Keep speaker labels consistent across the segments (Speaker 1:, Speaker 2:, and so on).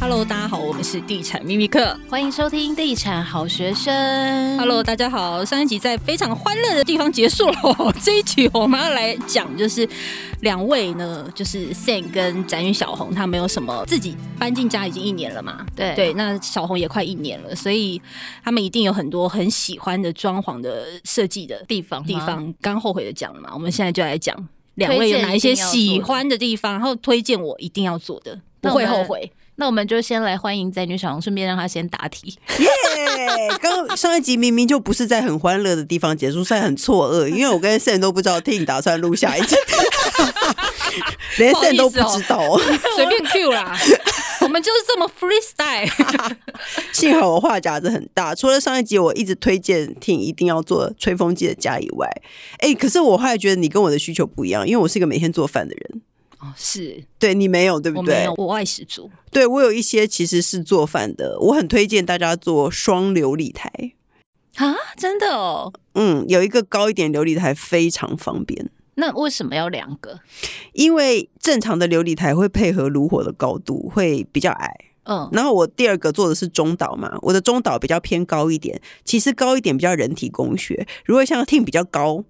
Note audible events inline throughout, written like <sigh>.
Speaker 1: Hello，大家好，我们是地产秘密课。
Speaker 2: 欢迎收听《地产好学生》。
Speaker 1: Hello，大家好，上一集在非常欢乐的地方结束了， <laughs> 这一集我们要来讲就是两位呢，就是 Sam 跟展宇小红，他们有什么自己搬进家已经一年了嘛？
Speaker 2: 对
Speaker 1: 对，那小红也快一年了，所以他们一定有很多很喜欢的装潢的设计的
Speaker 2: 地方吗
Speaker 1: 地方，刚后悔的讲了嘛，我们现在就来讲两
Speaker 2: 推
Speaker 1: 位有
Speaker 2: 荐
Speaker 1: 哪
Speaker 2: 一
Speaker 1: 一些
Speaker 2: 定要做
Speaker 1: 喜
Speaker 2: 的
Speaker 1: 欢的地方，然后推荐我一定要做的，不
Speaker 2: 那我
Speaker 1: 会
Speaker 2: 们
Speaker 1: 后悔。
Speaker 2: 那我们就先来欢迎宅女小红，顺便让她先
Speaker 1: <laughs>
Speaker 2: 答题。
Speaker 3: 耶！ <laughs> 刚上一集明明就不是在很欢乐的地方结束，是很错愕，因为我跟 Sen 都不知道 Tim 打算录下一集， <laughs> 连
Speaker 1: 不好意
Speaker 3: Sen
Speaker 1: 思
Speaker 3: 都
Speaker 1: 哦
Speaker 3: 不知道哦。
Speaker 1: <laughs> 随便 Q 啦，我们就是这么 freestyle。
Speaker 3: <laughs> 幸好我话匣子很大，除了上一集我一直推荐 Tim 一定要做吹风机的家以外，哎、可是我后来觉得你跟我的需求不一样，因为我是一个每天做饭的人。
Speaker 1: 哦，是
Speaker 3: 对你没有对不
Speaker 1: 我没
Speaker 3: 对
Speaker 1: 有，？我爱十足。
Speaker 3: 对我有一些其实是做饭的，我很推荐大家做双琉璃台。
Speaker 2: 啊，真的哦？
Speaker 3: 嗯，有一个高一点琉璃台非常方便。
Speaker 2: 那为什么要两个？
Speaker 3: 因为正常的琉璃台会配合炉火的高度会比较矮，
Speaker 2: 嗯，
Speaker 3: 然后我第二个做的是中岛嘛，我的中岛比较偏高一点，其实高一点比较人体工学。如果像 Tim 比较高，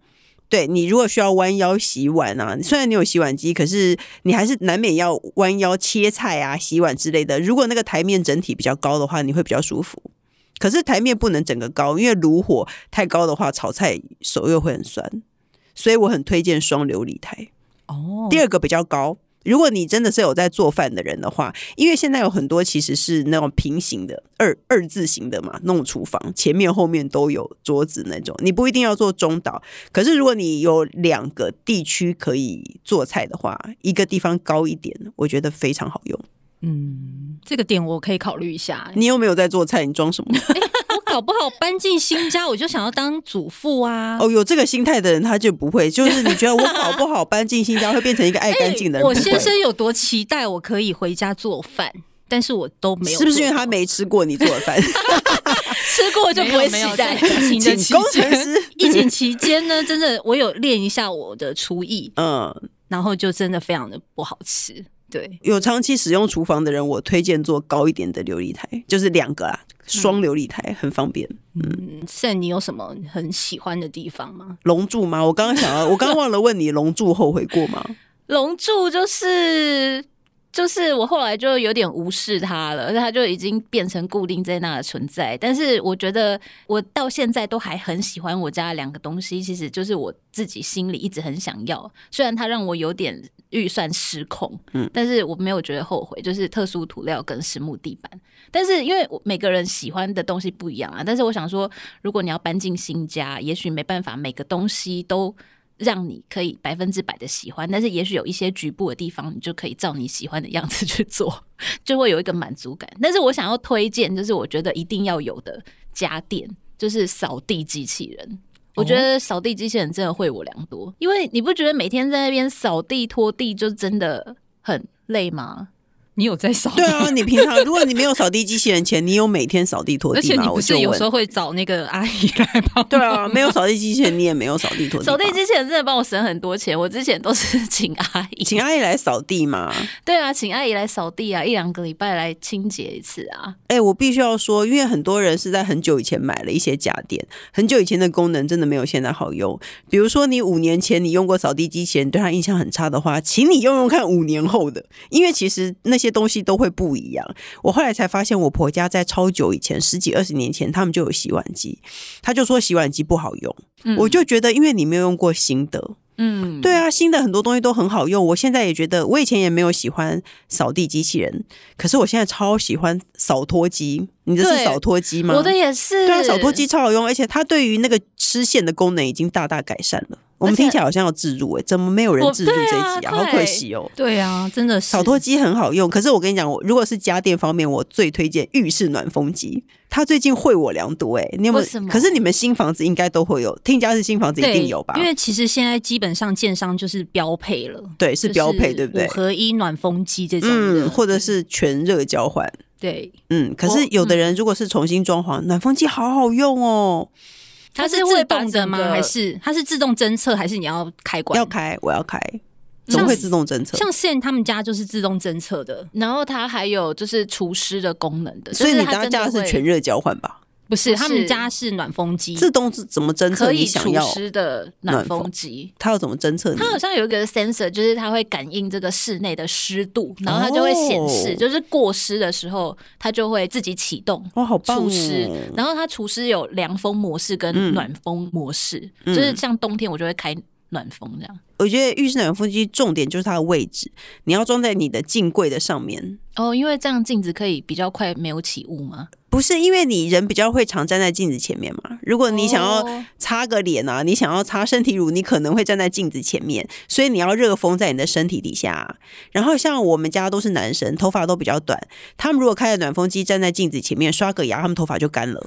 Speaker 3: 对你如果需要弯腰洗碗啊，虽然你有洗碗机，可是你还是难免要弯腰切菜啊、洗碗之类的。如果那个台面整体比较高的话，你会比较舒服。可是台面不能整个高，因为炉火太高的话，炒菜手又会很酸，所以我很推荐双琉璃台。
Speaker 1: 哦
Speaker 3: 第二个比较高。如果你真的是有在做饭的人的话，因为现在有很多其实是那种平行的二二字形的嘛，那种厨房前面后面都有桌子那种，你不一定要做中岛。可是如果你有两个地区可以做菜的话，一个地方高一点，我觉得非常好用。
Speaker 1: 嗯，这个点我可以考虑一下。
Speaker 3: 你又没有在做菜，你装
Speaker 1: <laughs>
Speaker 3: 什么？
Speaker 1: 我搞不好搬进新家，我就想要当主妇啊。
Speaker 3: 哦，有这个心态的人他就不会，就是你觉得我
Speaker 1: <laughs>
Speaker 3: 搞不好搬进新家会变成一个爱干净的人，
Speaker 1: 哎我
Speaker 3: 不会
Speaker 1: 先生有多期待我可以回家做饭，但是我都没有做
Speaker 3: 是
Speaker 1: 到，
Speaker 3: 不是因为他没吃过你做
Speaker 1: <laughs>
Speaker 3: 的饭？
Speaker 1: 吃过就不会期待？疫情的
Speaker 3: 请
Speaker 1: 期
Speaker 3: 工程
Speaker 1: 间，
Speaker 3: 师，
Speaker 1: 疫情期间呢，真的我有练一下我的厨艺，
Speaker 3: 嗯。
Speaker 1: 然后就真的非常的不好吃。对，
Speaker 3: 有长期使用厨房的人，我推荐做高一点的琉璃台，就是两个啦，双琉璃台、很方便。
Speaker 1: 嗯，Sam，你有什么很喜欢的地方吗？
Speaker 3: 龙柱吗？我刚刚想要，我刚刚忘了问你，龙柱后悔过吗？
Speaker 2: 龙柱就是就是我后来就有点无视它了，它就已经变成固定在那的存在。但是我觉得我到现在都还很喜欢我家的两个东西，其实就是我自己心里一直很想要，虽然它让我有点预算失控，嗯
Speaker 3: 嗯，
Speaker 2: 但是我没有觉得后悔，就是特殊涂料跟实木地板。但是因为我每个人喜欢的东西不一样啊，但是我想说，如果你要搬进新家，也许没办法每个东西都让你可以百分之百的喜欢，但是也许有一些局部的地方，你就可以照你喜欢的样子去做， <laughs> 就会有一个满足感。但是我想要推荐，就是我觉得一定要有的家电，就是扫地机器人。我觉得扫地机器人真的会我良多，因为你不觉得每天在那边扫地拖地就真的很累吗？
Speaker 1: 你有在扫
Speaker 3: <laughs> 对啊，你平常如果你没有扫地机器人前，你有每天扫地拖
Speaker 1: 而且
Speaker 3: 地
Speaker 1: 你
Speaker 3: 吗？
Speaker 1: 不
Speaker 3: 我
Speaker 1: 是
Speaker 3: 就
Speaker 1: 有时候
Speaker 3: 问。
Speaker 1: 会找那个阿姨来帮？
Speaker 3: 对啊，没有扫地机器人，你也没有扫地拖地
Speaker 1: <laughs>
Speaker 3: 吧。
Speaker 2: 扫地机器人真的帮我省很多钱，我之前都是请阿姨，
Speaker 3: 请阿姨来扫地嘛。
Speaker 2: <laughs> 对啊，请阿姨来扫地啊，一两个礼拜来清洁一次啊。
Speaker 3: 哎、我必须要说，因为很多人是在很久以前买了一些家电，很久以前的功能真的没有现在好用。比如说，你五年前你用过扫地机器人，对它印象很差的话，请你用用看五年后的，因为其实那些东西都会不一样。我后来才发现，我婆家在超久以前，十几二十年前，他们就有洗碗机，他就说洗碗机不好用，
Speaker 2: 嗯
Speaker 3: 我就觉得因为你没有用过新的，
Speaker 2: 嗯，
Speaker 3: 对啊，新的很多东西都很好用。我现在也觉得，我以前也没有喜欢扫地机器人，可是我现在超喜欢扫拖机。你这
Speaker 2: 对
Speaker 3: 是扫拖机吗？
Speaker 2: 我的也是。
Speaker 3: 对啊，扫拖机超好用，而且它对于那个吃线的功能已经大大改善了。我们
Speaker 2: 而且
Speaker 3: 听起来好像要置入哎、怎么没有人
Speaker 2: 我
Speaker 3: 置入
Speaker 2: 对
Speaker 3: 这
Speaker 2: 啊
Speaker 3: 一集啊？
Speaker 2: 快
Speaker 3: 好可惜哦。
Speaker 1: 对啊，真的是
Speaker 3: 扫拖机很好用，可是我跟你讲，我如果是家电方面，我最推荐浴室暖风机。它最近惠我良多哎、你有没
Speaker 2: 为什
Speaker 3: 有？
Speaker 2: 么
Speaker 3: 可是你们新房子应该都会有，听家是新 <laughs> 房子一
Speaker 1: 对
Speaker 3: 定有吧？
Speaker 1: 因为其实现在基本上建商就是标配了，
Speaker 3: 对是标配，对不对
Speaker 1: 五？合一暖风机这种的，
Speaker 3: 嗯，或者是全热交换。
Speaker 1: 对，
Speaker 3: 嗯，可
Speaker 2: 我
Speaker 3: 是有的人如果是重新装潢，暖风机好好用哦。
Speaker 1: 它
Speaker 2: 它
Speaker 1: 是
Speaker 2: 是会
Speaker 1: 自
Speaker 2: 把
Speaker 1: 动的
Speaker 2: 整
Speaker 1: 吗？
Speaker 2: 个
Speaker 1: 还是它是自动侦测？还是你要开关？
Speaker 3: 要开，我要开，怎么会自动侦测？
Speaker 1: 像现他们家就是自动侦测的，
Speaker 2: 然后它还有就是除湿的功能的，
Speaker 3: 所以
Speaker 2: 就
Speaker 3: 你
Speaker 2: 是它
Speaker 3: 当
Speaker 2: 真
Speaker 3: 家
Speaker 2: 的
Speaker 3: 是
Speaker 2: 会
Speaker 3: 全热交换吧？
Speaker 1: 不是
Speaker 2: 不
Speaker 1: 他们
Speaker 2: 是
Speaker 1: 家是暖风机，
Speaker 3: 自动是怎么侦测
Speaker 2: 可
Speaker 3: 你
Speaker 2: 以
Speaker 3: 想
Speaker 2: 除
Speaker 3: 要？
Speaker 2: 湿的
Speaker 3: 暖
Speaker 2: 暖
Speaker 3: 风
Speaker 2: 风机。
Speaker 3: 它要怎么侦测你？
Speaker 2: 它好像有一个 sensor，就是它会感应这个室内的湿度，然后它就会显示，
Speaker 3: 哦
Speaker 2: 就是过湿的时候，它就会自己启动
Speaker 3: 哇，好棒
Speaker 2: 除
Speaker 3: 哦！
Speaker 2: 湿。然后它除湿有凉风模式
Speaker 3: 嗯
Speaker 2: 跟暖风模式，
Speaker 3: 嗯
Speaker 2: 就是像冬天我就会开暖风这样。
Speaker 3: 我觉得浴室暖风机重点就是它的位置，你要装在你的镜柜的上面。
Speaker 2: 哦，因为这样镜子可以比较快没有起雾吗？
Speaker 3: 不是因为你人比较会常站在镜子前面嘛？如果你想要
Speaker 2: 哦
Speaker 3: 擦个脸啊，你想要擦身体乳，你可能会站在镜子前面，所以你要热风在你的身体底下啊。然后像我们家都是男生，头发都比较短，他们如果开了暖风机站在镜子前面刷个牙，他们头发就干了，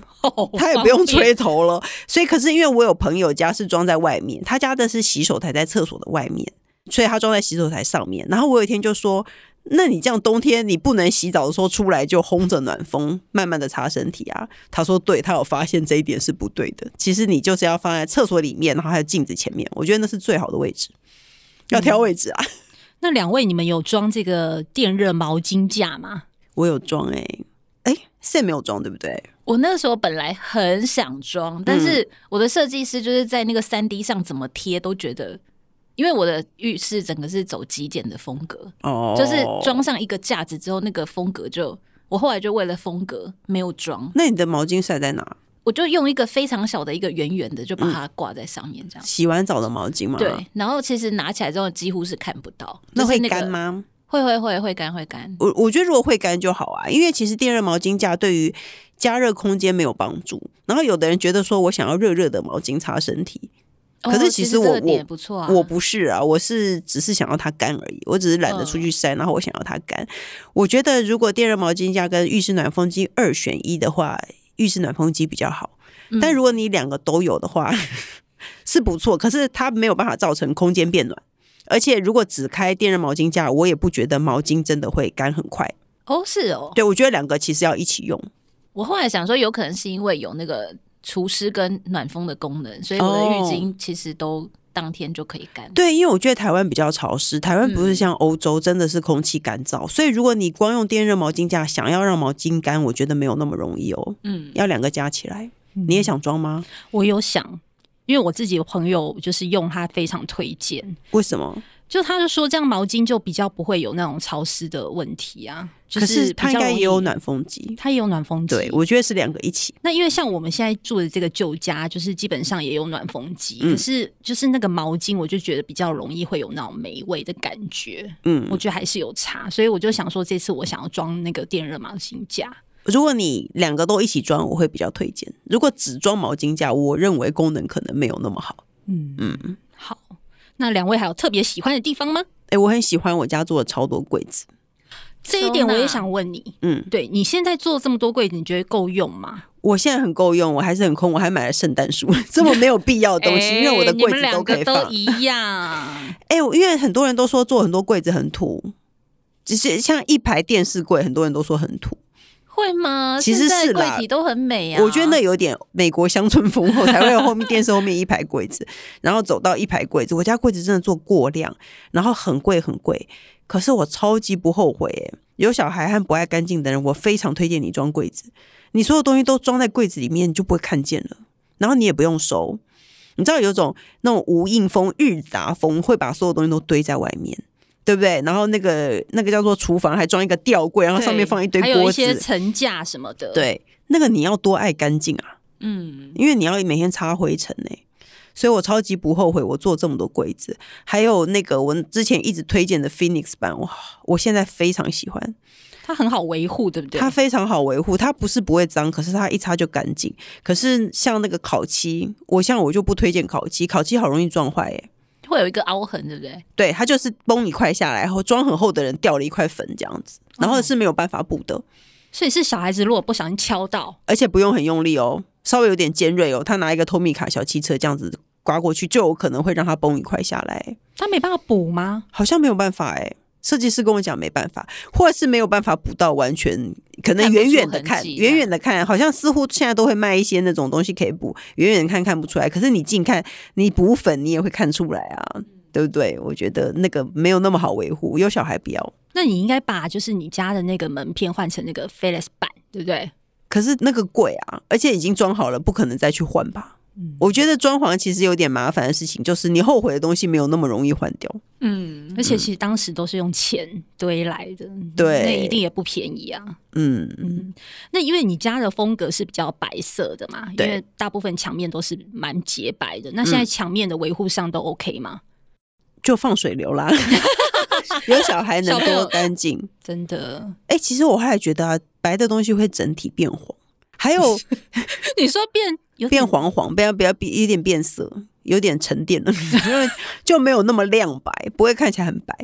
Speaker 3: 他也不用吹头了。所以可是因为我有朋友家是装在外面，他家的是洗手台在厕所的外面，所以他装在洗手台上面。然后我有一天就说。那你这样冬天你不能洗澡的时候出来就烘着暖风，慢慢的擦身体啊。他说对，他有发现这一点是不对的。其实你就是要放在厕所里面，然后还有镜子前面，我觉得那是最好的位置。
Speaker 2: 嗯
Speaker 3: 要挑位置啊！
Speaker 1: 那两位，你们有装这个电热毛巾架吗？
Speaker 3: 我有装哎、哎、s a m 没有装对不对？
Speaker 2: 我那时候本来很想
Speaker 3: 嗯
Speaker 2: 装，但是我的设计师就是在那个三 D 上怎么贴都觉得，因为我的浴室整个是走极简的风格，
Speaker 3: 哦
Speaker 2: 就是装。上一个架子之后，那个风格就我后来就为了风格没有装，
Speaker 3: 那你的毛巾晒在哪？
Speaker 2: 我就用一个非常小的一个圆圆的就把
Speaker 3: 嗯
Speaker 2: 它挂在上面这样。
Speaker 3: 洗完澡的毛巾吗？
Speaker 2: 对，，然后其实拿起来之后几乎是看不到，
Speaker 3: 那
Speaker 2: 就是
Speaker 3: 会
Speaker 2: 个
Speaker 3: 干？吗？
Speaker 2: 会会会会干会干，
Speaker 3: 我我觉得如果会干就好啊，因为其实电热毛巾架对于加热空间没有帮助。然后有的人觉得说我想要热热的毛巾擦身体，可是
Speaker 2: 哦
Speaker 3: 其
Speaker 2: 其
Speaker 3: 实我
Speaker 2: 这个点
Speaker 3: 我
Speaker 2: 不错啊，
Speaker 3: 我不是啊，我是只是想要它干而已，我只是懒
Speaker 2: 嗯
Speaker 3: 得出去晒，然后我想要它干。我觉得如果电热毛巾架跟浴室暖风机二选一的话，浴室暖风机比较好。
Speaker 2: 嗯
Speaker 3: 但如果你两个都有的话， <laughs> 是不错，可是它没有办法造成空间变暖。而且如果只开电热毛巾架，我也不觉得毛巾真的会干很快。
Speaker 2: 哦是哦，
Speaker 3: 对，我觉得两个其实要一起用。
Speaker 2: 我后来想说，有可能是因为有那个除湿跟暖风的功能，所以我的
Speaker 3: 哦
Speaker 2: 浴巾其实都当天就可以干。
Speaker 3: 对，因为我觉得台湾比较潮湿，台湾
Speaker 1: 嗯
Speaker 3: 不是像欧洲真的是空气干燥，所以如果你光用电热毛巾架想要让毛巾干，我觉得没有那么容易哦。
Speaker 2: 嗯，
Speaker 3: 要两个加起来，
Speaker 1: 嗯
Speaker 3: 你也想装吗？
Speaker 1: 我有想，因为我自己的朋友就是用它，非常推荐。
Speaker 3: 为什么？
Speaker 1: 就他就说这样毛巾就比较不会有那种潮湿的问题啊。就
Speaker 3: 可是它
Speaker 1: 比
Speaker 3: 应
Speaker 1: 较
Speaker 3: 该
Speaker 1: 容易
Speaker 3: 也有，暖风机。
Speaker 1: 它也有暖风机。
Speaker 3: 对，我觉得是两个一起。
Speaker 1: 那因为像我们现在住的这个旧家，就是基本上也有暖风机，
Speaker 3: 嗯
Speaker 1: 可是就是那个毛巾，我就觉得比较容易会有那种霉味的感觉，我
Speaker 3: 嗯，
Speaker 1: 觉得还是有差，所以我就想说这次我想要装那个电热毛巾架。
Speaker 3: 如果你两个都一起装，我会比较推荐。如果只装毛巾架，我认为功能可能没有那么好。
Speaker 1: 嗯，
Speaker 3: 嗯，
Speaker 1: 好，那两位还有特别喜欢的地方吗？
Speaker 3: 哎，我很喜欢我家做的超多柜子。
Speaker 1: 这一点我也想问你，
Speaker 3: 嗯，
Speaker 1: 对你现在做这么多柜子，你觉得够用吗？
Speaker 3: 我现在很够用，我还是很空，我还买了圣诞树 <laughs> 这么没有必要的东西，因为我
Speaker 1: <laughs>
Speaker 3: 的
Speaker 1: 哎
Speaker 3: 柜子
Speaker 1: 你们
Speaker 3: 都
Speaker 1: 两
Speaker 3: 可以
Speaker 1: 个
Speaker 3: 放。
Speaker 1: 都一
Speaker 3: <laughs>
Speaker 1: 样，
Speaker 3: 哎、我因为很多人都说做很多柜子很土，只是像一排电视柜，很多人都说很土。
Speaker 2: 会吗？
Speaker 3: 其实
Speaker 2: 现在
Speaker 3: 是啦
Speaker 2: 柜体都很美啊。
Speaker 3: 我觉得那有点美国乡村风后才会有后面电视后面一排
Speaker 1: <laughs>
Speaker 3: 柜子，然后走到一排柜子。我家柜子真的做过量，然后很贵很贵，可是我超级不后悔耶。有小孩和不爱干净的人，我非常推荐你装柜子。你所有东西都装在柜子里面，你就不会看见了，然后你也不用收。你知道有种那种无印风、日杂风，会把所有东西都堆在外面。对不对？然后那个那个叫做厨房，还装一个吊柜，然后上面放一堆
Speaker 1: 还有
Speaker 3: 锅
Speaker 1: 一
Speaker 3: 子，
Speaker 1: 些层架什么的，，
Speaker 3: 对，那个你要多爱干净啊！
Speaker 2: 嗯，
Speaker 3: 因为你要每天擦灰尘呢、所以我超级不后悔我做这么多柜子，还有那个我之前一直推荐的 Phoenix 版，哇，我现在非常喜欢，
Speaker 1: 它很好维护，对不对？
Speaker 3: 它非常好维护，它不是不会脏，可是它一擦就干净。可是像那个烤漆，我像我就不推荐烤漆，烤漆好容易撞坏耶、欸
Speaker 2: 会有一个凹痕，对不对？
Speaker 3: 对，它就是崩一块下来，然后妆很厚的人掉了一块粉这样子，然后是没有办法补的，
Speaker 1: 所以是小孩子如果不小心敲到，
Speaker 3: 而且不用很用力哦，稍微有点尖锐哦。他拿一个透米卡小汽车这样子刮过去，就有可能会让它崩一块下来。
Speaker 1: 他没办法补吗？
Speaker 3: 好像没有办法哎、设计师跟我讲没办法，或是没有办法补到完全，可能
Speaker 2: 看不出
Speaker 3: 远远的
Speaker 2: 痕
Speaker 3: 看，
Speaker 2: 迹
Speaker 3: 远远的看，好像似乎现在都会卖一些那
Speaker 2: 嗯
Speaker 3: 种东西可以补，远远看看不出来。可是你近看，你补粉你也会看出来啊。对不对？我觉得那个没有那么好维护，有小孩不要。
Speaker 1: 那你应该把就是你家的那个门片换成那个 Philips 版，对不对？
Speaker 3: 可是那个贵啊，而且已经装好了，不可能再去换吧。
Speaker 1: 嗯
Speaker 3: 我觉得装潢其实有点麻烦的事情，就是你后悔的东西没有那么容易换掉。
Speaker 2: 嗯
Speaker 1: 而且其实当时都是用钱堆来的，
Speaker 3: 对
Speaker 1: 那一定也不便宜啊。
Speaker 3: 嗯，
Speaker 1: 嗯，那因为你家的风格是比较白色的嘛，因
Speaker 3: 对
Speaker 1: 为大部分墙面都是蛮洁白的。那现在墙面的维护上都 OK 吗？
Speaker 3: 就放水流
Speaker 1: <laughs>
Speaker 3: 啦。有小孩能
Speaker 1: 小朋
Speaker 3: 多
Speaker 1: 友
Speaker 3: 干净？
Speaker 1: 真的，
Speaker 3: 哎、其实我后来觉得、啊，白的东西会整体变黄，还有
Speaker 1: 你说变有点
Speaker 3: <laughs> 变黄黄，不要不要变，有点变色，有点沉淀了， <laughs> 因为就没有那么亮白，不会看起来很白。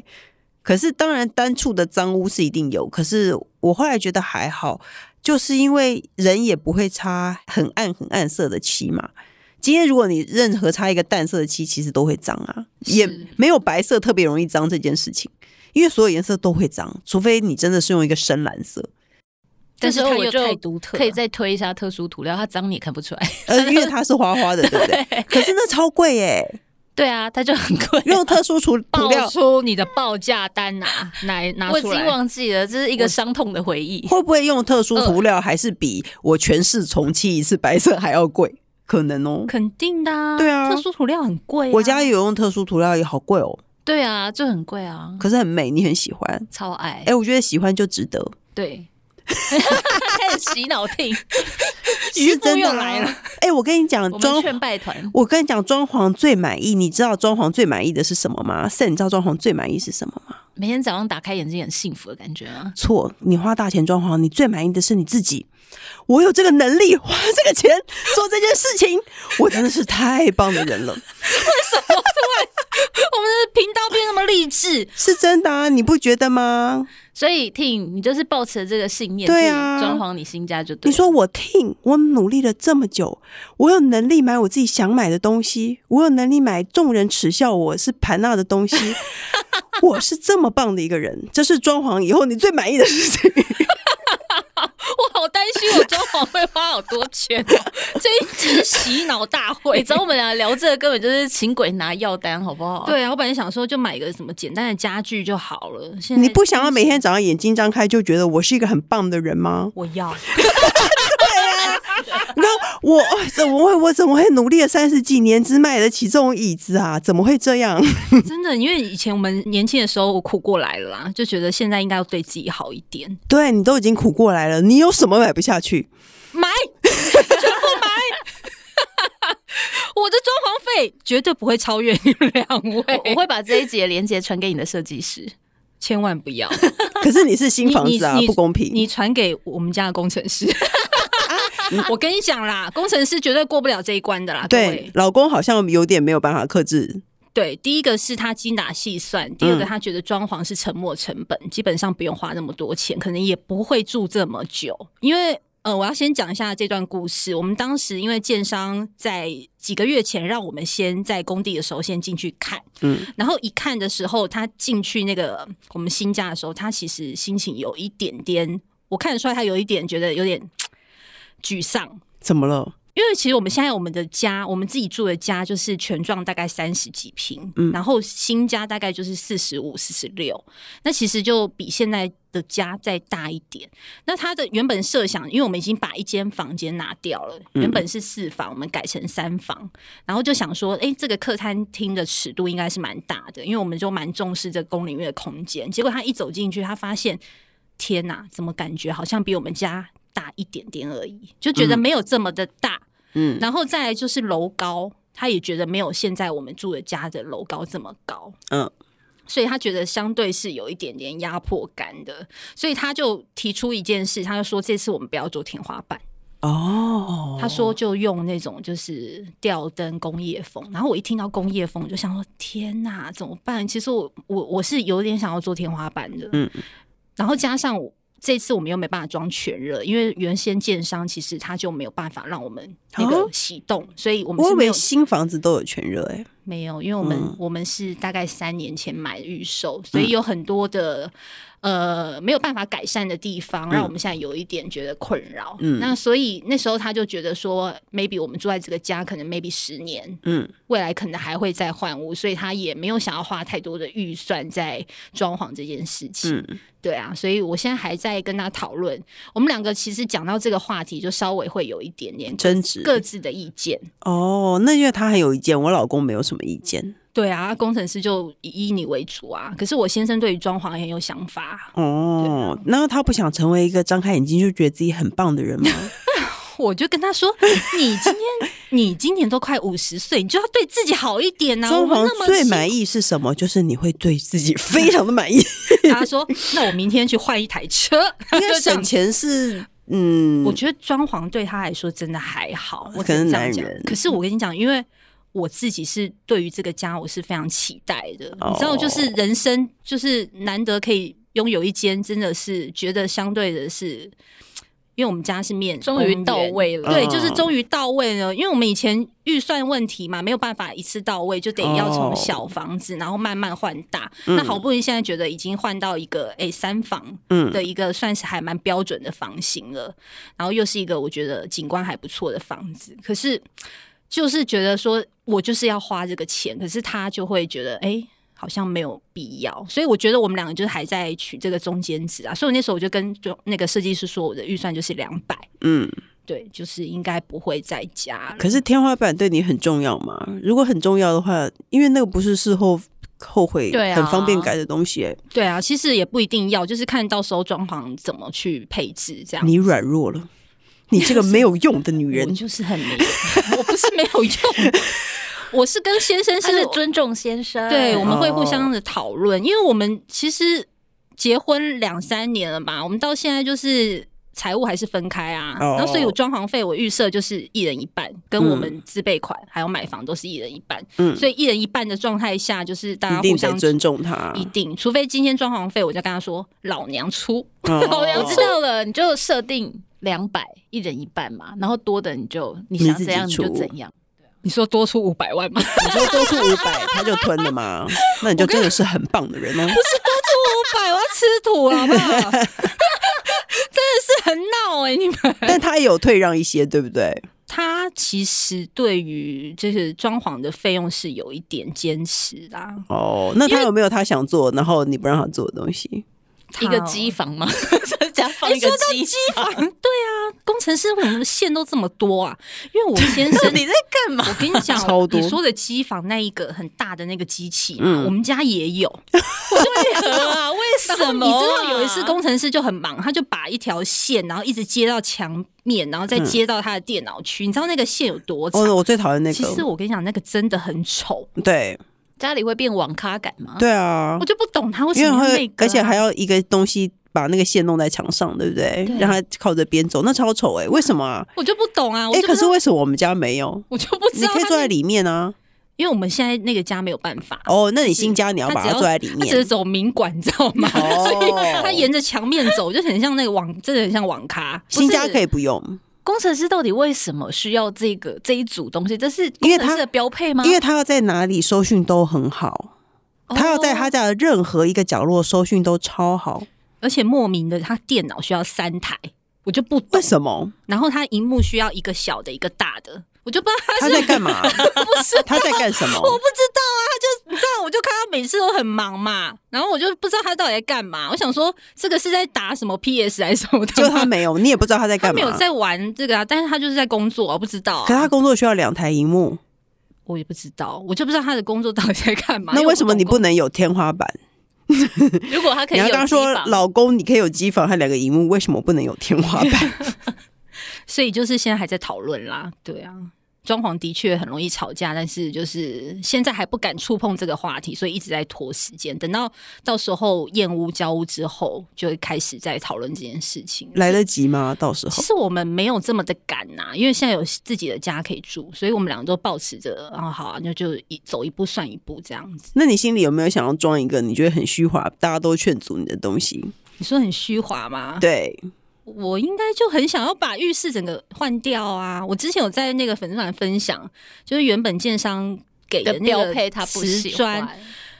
Speaker 3: 可是当然，单处的脏污是一定有，可是我后来觉得还好，就是因为人也不会擦很暗很暗色的漆嘛。今天如果你任何擦一个淡色的漆，其实都会脏啊，也没有白色特别容易脏这件事情，因为所有颜色都会脏，除非你真的是用一个深蓝色，
Speaker 1: 但是
Speaker 2: 这时
Speaker 1: 它
Speaker 2: 候我
Speaker 1: 又
Speaker 2: 就
Speaker 1: 太独特了，
Speaker 2: 可以再推一下特殊涂料，它脏你也看不出来。
Speaker 3: 呃，因为它是花花的，对不对？可是那超贵耶、
Speaker 2: <laughs> 对啊，它就很贵。
Speaker 3: 用特殊涂涂料
Speaker 1: 报出你的报价单呐，来拿
Speaker 2: 我已
Speaker 1: 出
Speaker 2: 经
Speaker 1: 来。
Speaker 2: 忘记了，这是一个伤痛的回忆。
Speaker 3: 会不会用特殊涂料，还是比我全市重漆一次白色还要贵？可能哦。
Speaker 1: 肯定的、啊，
Speaker 3: 对啊
Speaker 1: 特殊涂料很贵、啊。
Speaker 3: 我家有用特殊涂料，也好贵哦，
Speaker 1: 嗯
Speaker 2: 对啊，就很贵啊，
Speaker 3: 可是很美，你很喜欢。
Speaker 2: 超爱
Speaker 3: 哎、。我觉得喜欢就值得，
Speaker 2: 对， <laughs> 开始洗脑听，
Speaker 3: 是
Speaker 1: 妇
Speaker 3: 真的
Speaker 1: 又
Speaker 3: 啊
Speaker 1: 来了。
Speaker 3: 哎、我跟你讲，
Speaker 2: 我
Speaker 3: 装
Speaker 2: 们劝败团。
Speaker 3: 我跟你讲，装潢最满意，你知道装潢最满意的是什么吗？是，你知道装潢最满意是什么吗？
Speaker 2: 每天早上打开眼睛很幸福的感觉啊！
Speaker 3: 错，你花大钱装潢，你最满意的是你自己。我有这个能力，花这个钱做这件事情，我真的是太棒的人了。
Speaker 1: 我们的频道变那么励志，
Speaker 3: 是真的啊，你不觉得吗？
Speaker 2: 所以听你就是抱持这个信念，
Speaker 3: 对啊
Speaker 2: 去装潢你新家就对了。
Speaker 3: 你
Speaker 2: <laughs>
Speaker 3: 说我听，我努力了这么久，我有能力买我自己想买的东西，我有能力买众人耻笑我是盘娜的
Speaker 1: <laughs>
Speaker 3: 东西，我是这么棒的一个人，这是装潢以后你最满意的事情。
Speaker 1: 我好担心我装潢会花好多钱、哦。这一集洗脑大
Speaker 2: 你
Speaker 3: <laughs>
Speaker 1: 会，
Speaker 2: 找我们俩聊这个，根本就是请鬼拿药单，好不好？，
Speaker 1: 对啊，我本来想说就买个什么简单的家具就好了。现在
Speaker 3: 你不想要每天早上眼睛张开就觉得我是一个很棒的人吗？
Speaker 1: 我
Speaker 3: <laughs>
Speaker 1: 要，
Speaker 3: 然后我哦怎么会我怎么会努力了三十几年只买得起这种椅子啊？怎么会
Speaker 1: <laughs>
Speaker 3: 这样？
Speaker 1: <laughs> 真的，因为以前我们年轻的时候我苦过来了啦，就觉得现在应该要对自己好一点，
Speaker 3: 对你都已经苦过来了，你有什么买不
Speaker 1: <laughs>
Speaker 3: 下去？
Speaker 1: 买全部买。我的装潢费绝对不会超越你们两
Speaker 2: 我 <laughs> 我
Speaker 1: 位，
Speaker 2: 会把这一节连接传给你的设计师。
Speaker 1: 千万不要！
Speaker 3: 可是你是新房子啊
Speaker 1: 你你，
Speaker 3: 不公平。
Speaker 1: 你传给我们家的工程师，我跟你讲啦，工程师绝对过不了这一关的啦。各
Speaker 3: 啊对
Speaker 1: 位，，
Speaker 3: 老公好像有点没有办法克制。
Speaker 1: 对，第一个是他精打细算，第二个
Speaker 3: 嗯
Speaker 1: 他觉得装潢是沉没成本，基本上不用花那么多钱，可能也不会住这么久，因为。呃，我要先讲一下这段故事。我们当时因为建商在几个月前让我们先在工地的时候先进去看，
Speaker 3: 嗯，
Speaker 1: 然后一看的时候，他进去那个我们新家的时候，他其实心情有一点点，我看得出来他有一点觉得有点沮丧，
Speaker 3: 怎么了？
Speaker 1: 因为其实我们现在我们的家，我们自己住的家就是全幢大概三十几平，
Speaker 3: 嗯
Speaker 1: 然后新家大概就是四十五、四十六，那其实就比现在的家再大一点。那他的原本设想，因为我们已经把一间房间拿掉了，
Speaker 3: 嗯
Speaker 1: 原本是四房，我们改成三房，然后就想说，哎，这个客餐厅的尺度应该是蛮大的，因为我们就蛮重视这公领域的空间。结果他一走进去，他发现，天哪，怎么感觉好像比我们家大一点点而已，就觉得
Speaker 3: 嗯
Speaker 1: 没有这么的大。
Speaker 3: 嗯，
Speaker 1: 然后再来就是楼高，他也觉得没有现在我们住的家的楼高这么高，
Speaker 3: 嗯，
Speaker 1: 所以他觉得相对是有一点点压迫感的，所以他就提出一件事，他就说这次我们不要做天花板，
Speaker 3: 哦，
Speaker 1: 他说就用那种就是吊灯工业风，然后我一听到工业风，我就想说天哪，怎么办？其实我我我是有点想要做天花板的，
Speaker 3: 嗯，
Speaker 1: 然后加上我这次我们又没办法装全热，因为原先建商其实他就没有办法让我们那
Speaker 3: 哦
Speaker 1: 个启动，所以我们
Speaker 3: 我以
Speaker 1: 是没有
Speaker 3: 为新房子都有全热哎、
Speaker 1: 没有，因为我们、
Speaker 3: 嗯
Speaker 1: 我们是大概三年前买预售，所以有很多的、呃没有办法改善的地方，让我们现在有一点觉得困扰。
Speaker 3: 嗯
Speaker 1: 那所以那时候他就觉得说，maybe 我们住在这个家，可能 maybe 十年，
Speaker 3: 嗯
Speaker 1: 未来可能还会再换屋，所以他也没有想要花太多的预算在装潢这件事情。
Speaker 3: 嗯
Speaker 1: 对啊，所以我现在还在跟他讨论。我们两个其实讲到这个话题，就稍微会有一点点
Speaker 3: 争执
Speaker 1: 各自的意见。
Speaker 3: 哦，那因为他很有意见，我老公没有什么意见
Speaker 1: 对啊，工程师就以以你为主啊。可是我先生对于装潢很有想法，
Speaker 3: 哦。那他不想成为一个张开眼睛就觉得自己很棒的人吗？
Speaker 1: 我就跟他说：“你今天
Speaker 3: <laughs>
Speaker 1: 你今年都快五十岁，你就要对自己好一点呐、啊。”
Speaker 3: 装
Speaker 1: 我
Speaker 3: 潢
Speaker 1: 们那么
Speaker 3: 最
Speaker 1: 辛
Speaker 3: 满意是什么？就是你会对自己非常
Speaker 1: <laughs>
Speaker 3: 的满意，
Speaker 1: 苦，他说：“那我明天去换一台车。”
Speaker 3: <laughs>
Speaker 1: 就
Speaker 3: 应该
Speaker 1: 这样
Speaker 3: 省钱是嗯，
Speaker 1: 我觉得装潢对他来说真的还好，我
Speaker 3: 可能
Speaker 1: 只这样
Speaker 3: 男
Speaker 1: 讲
Speaker 3: 人
Speaker 1: 可是我跟你讲，因为我自己是对于这个家我是非常期待的，
Speaker 3: 哦
Speaker 1: 你知道，就是人生就是难得可以拥有一间，真的是觉得相对的是。因为我们家是面
Speaker 2: 终于到位了
Speaker 1: 公园对，就是
Speaker 3: 嗯
Speaker 1: 终于到位了。因为我们以前预算问题嘛，没有办法一次到位，就得要
Speaker 3: 哦
Speaker 1: 从小房子，然后慢慢换大。那好不容易现在觉得已经换到一个哎三房，
Speaker 3: 嗯
Speaker 1: 的一个算是还蛮标准的房型了，然后又是一个我觉得景观还不错的房子，可是就是觉得说我就是要花这个钱，可是他就会觉得哎。诶好像没有必要，所以我觉得我们两个就是还在取这个中间值啊，所以我那时候我就跟就那个设计师说，我的预算就是两百，
Speaker 3: 嗯。
Speaker 1: 对，就是应该不会再加了。
Speaker 3: 可是天花板对你很重要吗？如果很重要的话，因为那个不是事后后悔，
Speaker 2: 对啊
Speaker 3: 很方便改的东西、欸
Speaker 1: 对啊，其实也不一定要，就是看到时候装潢怎么去配置这样。
Speaker 3: 你软弱了，你这个没有用的女
Speaker 1: 我 <laughs>
Speaker 3: 人。
Speaker 1: 就是很没有，我不是没
Speaker 3: <laughs>
Speaker 1: 有用，我是跟先生
Speaker 2: <laughs> 他
Speaker 1: 是
Speaker 2: 是尊重先生，
Speaker 1: 对，我们会互
Speaker 3: 哦
Speaker 1: 相的讨论，因为我们其实结婚两三年了吧，我们到现在就是财务还是分开啊，
Speaker 3: 哦
Speaker 1: 然后所以我装潢费我预设就是一人一半，跟我们自备款还有买房都是一人一半，
Speaker 3: 嗯
Speaker 1: 所以一人一半的状态下就是大
Speaker 3: 一
Speaker 1: 家
Speaker 3: 定
Speaker 1: 互
Speaker 3: 得
Speaker 1: 相
Speaker 3: 尊重她
Speaker 1: 一。定，除非今天装潢费我就跟他说老娘出，
Speaker 2: 我
Speaker 3: 哦
Speaker 2: 要知道了，你就设定两百，一人一半嘛，然后多的你就你想怎样
Speaker 3: 你
Speaker 2: 你
Speaker 3: 自己
Speaker 2: 就
Speaker 3: 出
Speaker 2: 怎样。
Speaker 1: 你说多出五百万吗？
Speaker 3: 你说多出五百，她就吞了嘛？那你就真的是很棒的人哦。
Speaker 1: 五百我要吃土了好不好？ <laughs>
Speaker 3: <laughs>
Speaker 1: 真的是很闹哎、你们。
Speaker 3: 但她也有退让一些，对不对？
Speaker 1: 他其实对于就是装潢的费用是有一点坚持啦，
Speaker 3: 哦，那她有没有她想做，然后你不让她做的东西？
Speaker 2: 一个
Speaker 1: 他哦
Speaker 2: 机房吗？ <laughs> 加放一个
Speaker 1: 说到
Speaker 2: 哎机房，，
Speaker 1: 啊工程师为什么线都这么多啊？因为我先生
Speaker 2: <laughs> 你在干嘛？
Speaker 1: 我跟你讲，
Speaker 3: 超多
Speaker 1: 你说的机房那一个很大的那个机器嘛，
Speaker 3: 嗯
Speaker 1: 我们家也有。
Speaker 2: 为何啊？为什么
Speaker 1: 你
Speaker 2: 啊？
Speaker 1: 知道有一次工程师就很忙，他就把一条线，然后一直接到墙面，然后再接到他的电脑区。你知道那个线有多长？
Speaker 3: 嗯哦，我最讨厌那
Speaker 1: 其实
Speaker 3: 个。嗯
Speaker 1: 我跟你讲，那个真的很丑，
Speaker 3: 对
Speaker 2: 家里会变网咖感吗？
Speaker 3: 对啊
Speaker 1: 我，就不懂他为什
Speaker 3: <laughs> 因为
Speaker 1: 么要那
Speaker 3: 会，
Speaker 1: 个啊、
Speaker 3: 而且还要一个东西把那个线弄在墙上，对不对？让它靠着边走，那超丑哎、为什么啊？
Speaker 1: 我就不懂啊！我
Speaker 3: 哎、
Speaker 1: 就不
Speaker 3: 可
Speaker 1: 知
Speaker 3: 是
Speaker 1: 道
Speaker 3: 为什么我们家没有？
Speaker 1: 我就不知
Speaker 3: 你
Speaker 1: 道
Speaker 3: 可以
Speaker 1: 他
Speaker 3: 坐
Speaker 1: 那
Speaker 3: 在里面啊。
Speaker 1: 因为我们现在那个家没有办法，
Speaker 3: 哦，那你新家你要
Speaker 1: 他
Speaker 3: 把
Speaker 1: 只
Speaker 3: 它
Speaker 1: 要
Speaker 3: 坐在里
Speaker 1: 他只是
Speaker 3: 面。
Speaker 1: 走明管，你知道吗？ <laughs>
Speaker 3: 哦，
Speaker 1: 他沿着墙面走，就很像那个网，真的很像网咖。
Speaker 3: 新家
Speaker 2: 不是
Speaker 3: 可以不用，
Speaker 2: 工程师到底为什么需要这个这一组东西？这是
Speaker 3: 因
Speaker 2: 工
Speaker 3: 为他
Speaker 2: 程师的标配吗？
Speaker 3: 因为他要在哪里搜讯都很好，他要在他
Speaker 2: 哦
Speaker 3: 家的任何一个角落搜讯都超好。
Speaker 1: 而且莫名的，他电脑需要三台，我就不懂
Speaker 3: 为。什么？
Speaker 1: 然后他荧幕需要一个小的，一个大的，我就不知道他
Speaker 3: 他
Speaker 1: 是
Speaker 3: 在干
Speaker 1: <laughs>
Speaker 3: 嘛？
Speaker 1: 不是。啊
Speaker 3: 他在干什
Speaker 1: 我
Speaker 3: 么？
Speaker 1: 不知道啊，他就你知道，我就看他每次都很忙嘛，然后我就不知道他到底在干嘛。我想说，这个是在打什么 PS 还是什么的
Speaker 3: 就
Speaker 1: 吗？
Speaker 3: 他没有，你也不知道他在
Speaker 1: 他
Speaker 3: 干
Speaker 1: 没
Speaker 3: 嘛。
Speaker 1: 有在玩这个啊，但是他就是在工作啊，我不知道啊、
Speaker 3: 可他工作需要两台荧幕，
Speaker 1: 我也不知道，我就不知道他的工作到底在干嘛。
Speaker 3: 那
Speaker 1: 因我
Speaker 3: 为什么
Speaker 1: 懂
Speaker 3: 你不
Speaker 1: 工
Speaker 3: 能有天花板？
Speaker 2: 如果他可以
Speaker 3: 你
Speaker 2: 有
Speaker 3: 要跟他
Speaker 2: 机
Speaker 3: 说，
Speaker 2: 房
Speaker 3: 老公，你可以有机房和两个荧幕，为什么不能有天花
Speaker 1: <laughs>
Speaker 3: 板？
Speaker 1: 所以就是现在还在讨论啦，对啊。装潢的确很容易吵架，但是就是现在还不敢触碰这个话题，所以一直在拖时间。等到到时候验屋交屋之后，就会开始在讨论这件事情。
Speaker 3: 来得及吗？到时
Speaker 1: 其
Speaker 3: 候
Speaker 1: 实我们没有这么的赶呐、因为现在有自己的家可以住，所以我们两个都保持着，啊、好啊，那就一走一步算一步这样子。
Speaker 3: 那你心里有没有想要装一个你觉得很虚华，大家都劝阻你的东西？
Speaker 1: 你说很虚华吗？
Speaker 3: 对，
Speaker 1: 我应该就很想要把浴室整个换掉啊！我之前有在那个粉丝团分享，就是原本建商给
Speaker 2: 的
Speaker 1: 那个
Speaker 2: 标配他不
Speaker 1: 瓷
Speaker 2: 喜
Speaker 1: 砖
Speaker 2: 欢，。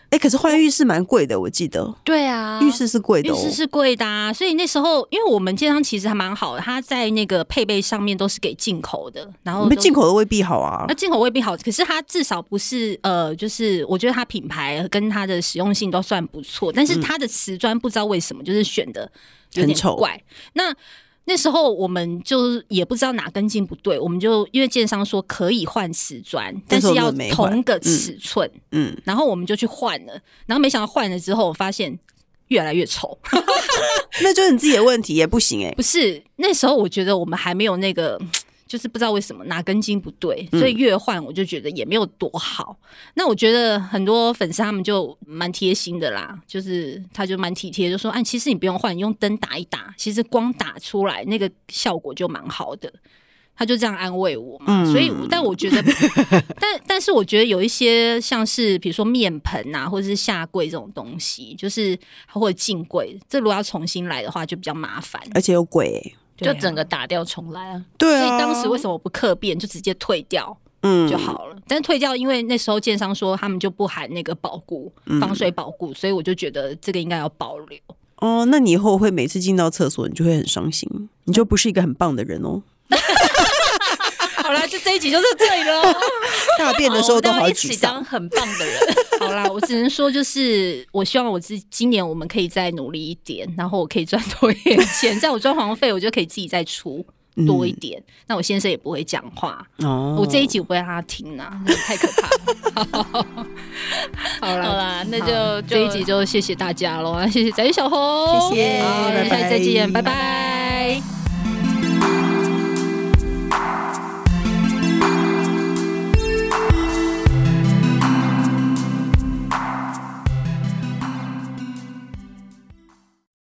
Speaker 3: 哎、可是换浴室蛮贵的，我记得、
Speaker 2: 对啊，
Speaker 3: 浴室是贵的、
Speaker 1: 浴
Speaker 3: 哦，
Speaker 1: 室是贵的、啊，所以那时候因为我们建商其实还蛮好的，它在那个配备上面都是给进口的，然后
Speaker 3: 你们
Speaker 1: 都
Speaker 3: 进口的未必好啊
Speaker 1: 哦那。进口未必好，可是它至少不是呃，就是我觉得它品牌跟它的实用性都算不错，但是它的瓷砖不知道为什么就是选的有
Speaker 3: 嗯很
Speaker 1: 点
Speaker 3: 丑
Speaker 1: 怪。那那时候我们就是也不知道哪根筋不对，我们就因为建商说可以换瓷砖，但
Speaker 3: 但
Speaker 1: 是
Speaker 3: 是我们
Speaker 1: 要
Speaker 3: 没换
Speaker 1: 同个
Speaker 3: 嗯
Speaker 1: 尺寸，
Speaker 3: 嗯，
Speaker 1: 然后我们就去换了，然后没想到换了之后，我发现越来越丑。
Speaker 3: 那就是你自己的问题，也不行哎、
Speaker 1: <laughs> 不是那时候，我觉得我们还没有那个，就是不知道为什么哪根筋不对，所以越换我就觉得也没有多好。那我觉得很多粉丝他们就蛮贴心的啦，就是他就蛮体贴，就说：“哎，其实你不用换，你用灯打一打，其实光打出来那个效果就蛮好的。”他就这样安慰我嘛，所以
Speaker 3: 嗯
Speaker 1: 但我觉得， <laughs> 但但是我觉得有一些像是比如说面盆啊，或者是下柜这种东西，就是或者进柜，这如果要重新来的话就比较麻烦。
Speaker 3: 而且又贵哎、
Speaker 2: 就
Speaker 1: 对啊
Speaker 2: 整个打掉重来啊。
Speaker 3: 对
Speaker 1: 所
Speaker 3: 啊，
Speaker 1: 以当时为什么我不客变，就直接退掉
Speaker 3: 嗯
Speaker 1: 就，好了？但是退掉，因为那时候建商说他们就不含那个保固、
Speaker 3: 嗯
Speaker 1: 防水保固，所以我就觉得这个应该要保留。 <laughs>
Speaker 3: 哦，那你以后会每次进到厕所，你就会很伤心，你就不是一个很棒的
Speaker 1: <laughs>
Speaker 3: 人哦。
Speaker 1: 好啦，就这一集就到这里了。
Speaker 3: 大便的
Speaker 2: 我
Speaker 3: 时候
Speaker 2: 们
Speaker 3: 都
Speaker 2: 要
Speaker 1: 哦
Speaker 3: 好
Speaker 2: 一
Speaker 3: 沮
Speaker 2: 起
Speaker 3: 丧
Speaker 2: 当。很棒的人，
Speaker 1: 好啦，我只能说就是我希望我自今年我们可以再努力一点，然后我可以赚多一点
Speaker 3: <laughs>
Speaker 1: 钱，在我装潢费我就可以自己再出多一点。
Speaker 3: 嗯
Speaker 1: 那我先生也不会讲话，
Speaker 3: 哦，
Speaker 1: 我这一集我不会让他听啦、
Speaker 3: <laughs>
Speaker 1: 太可怕了。好啦
Speaker 2: 好啦，那
Speaker 1: 好
Speaker 2: 就
Speaker 1: 这一集就谢谢大家喽，谢谢翟小红，
Speaker 3: 谢谢
Speaker 1: 好，那下
Speaker 3: 拜拜
Speaker 1: 集再见，拜拜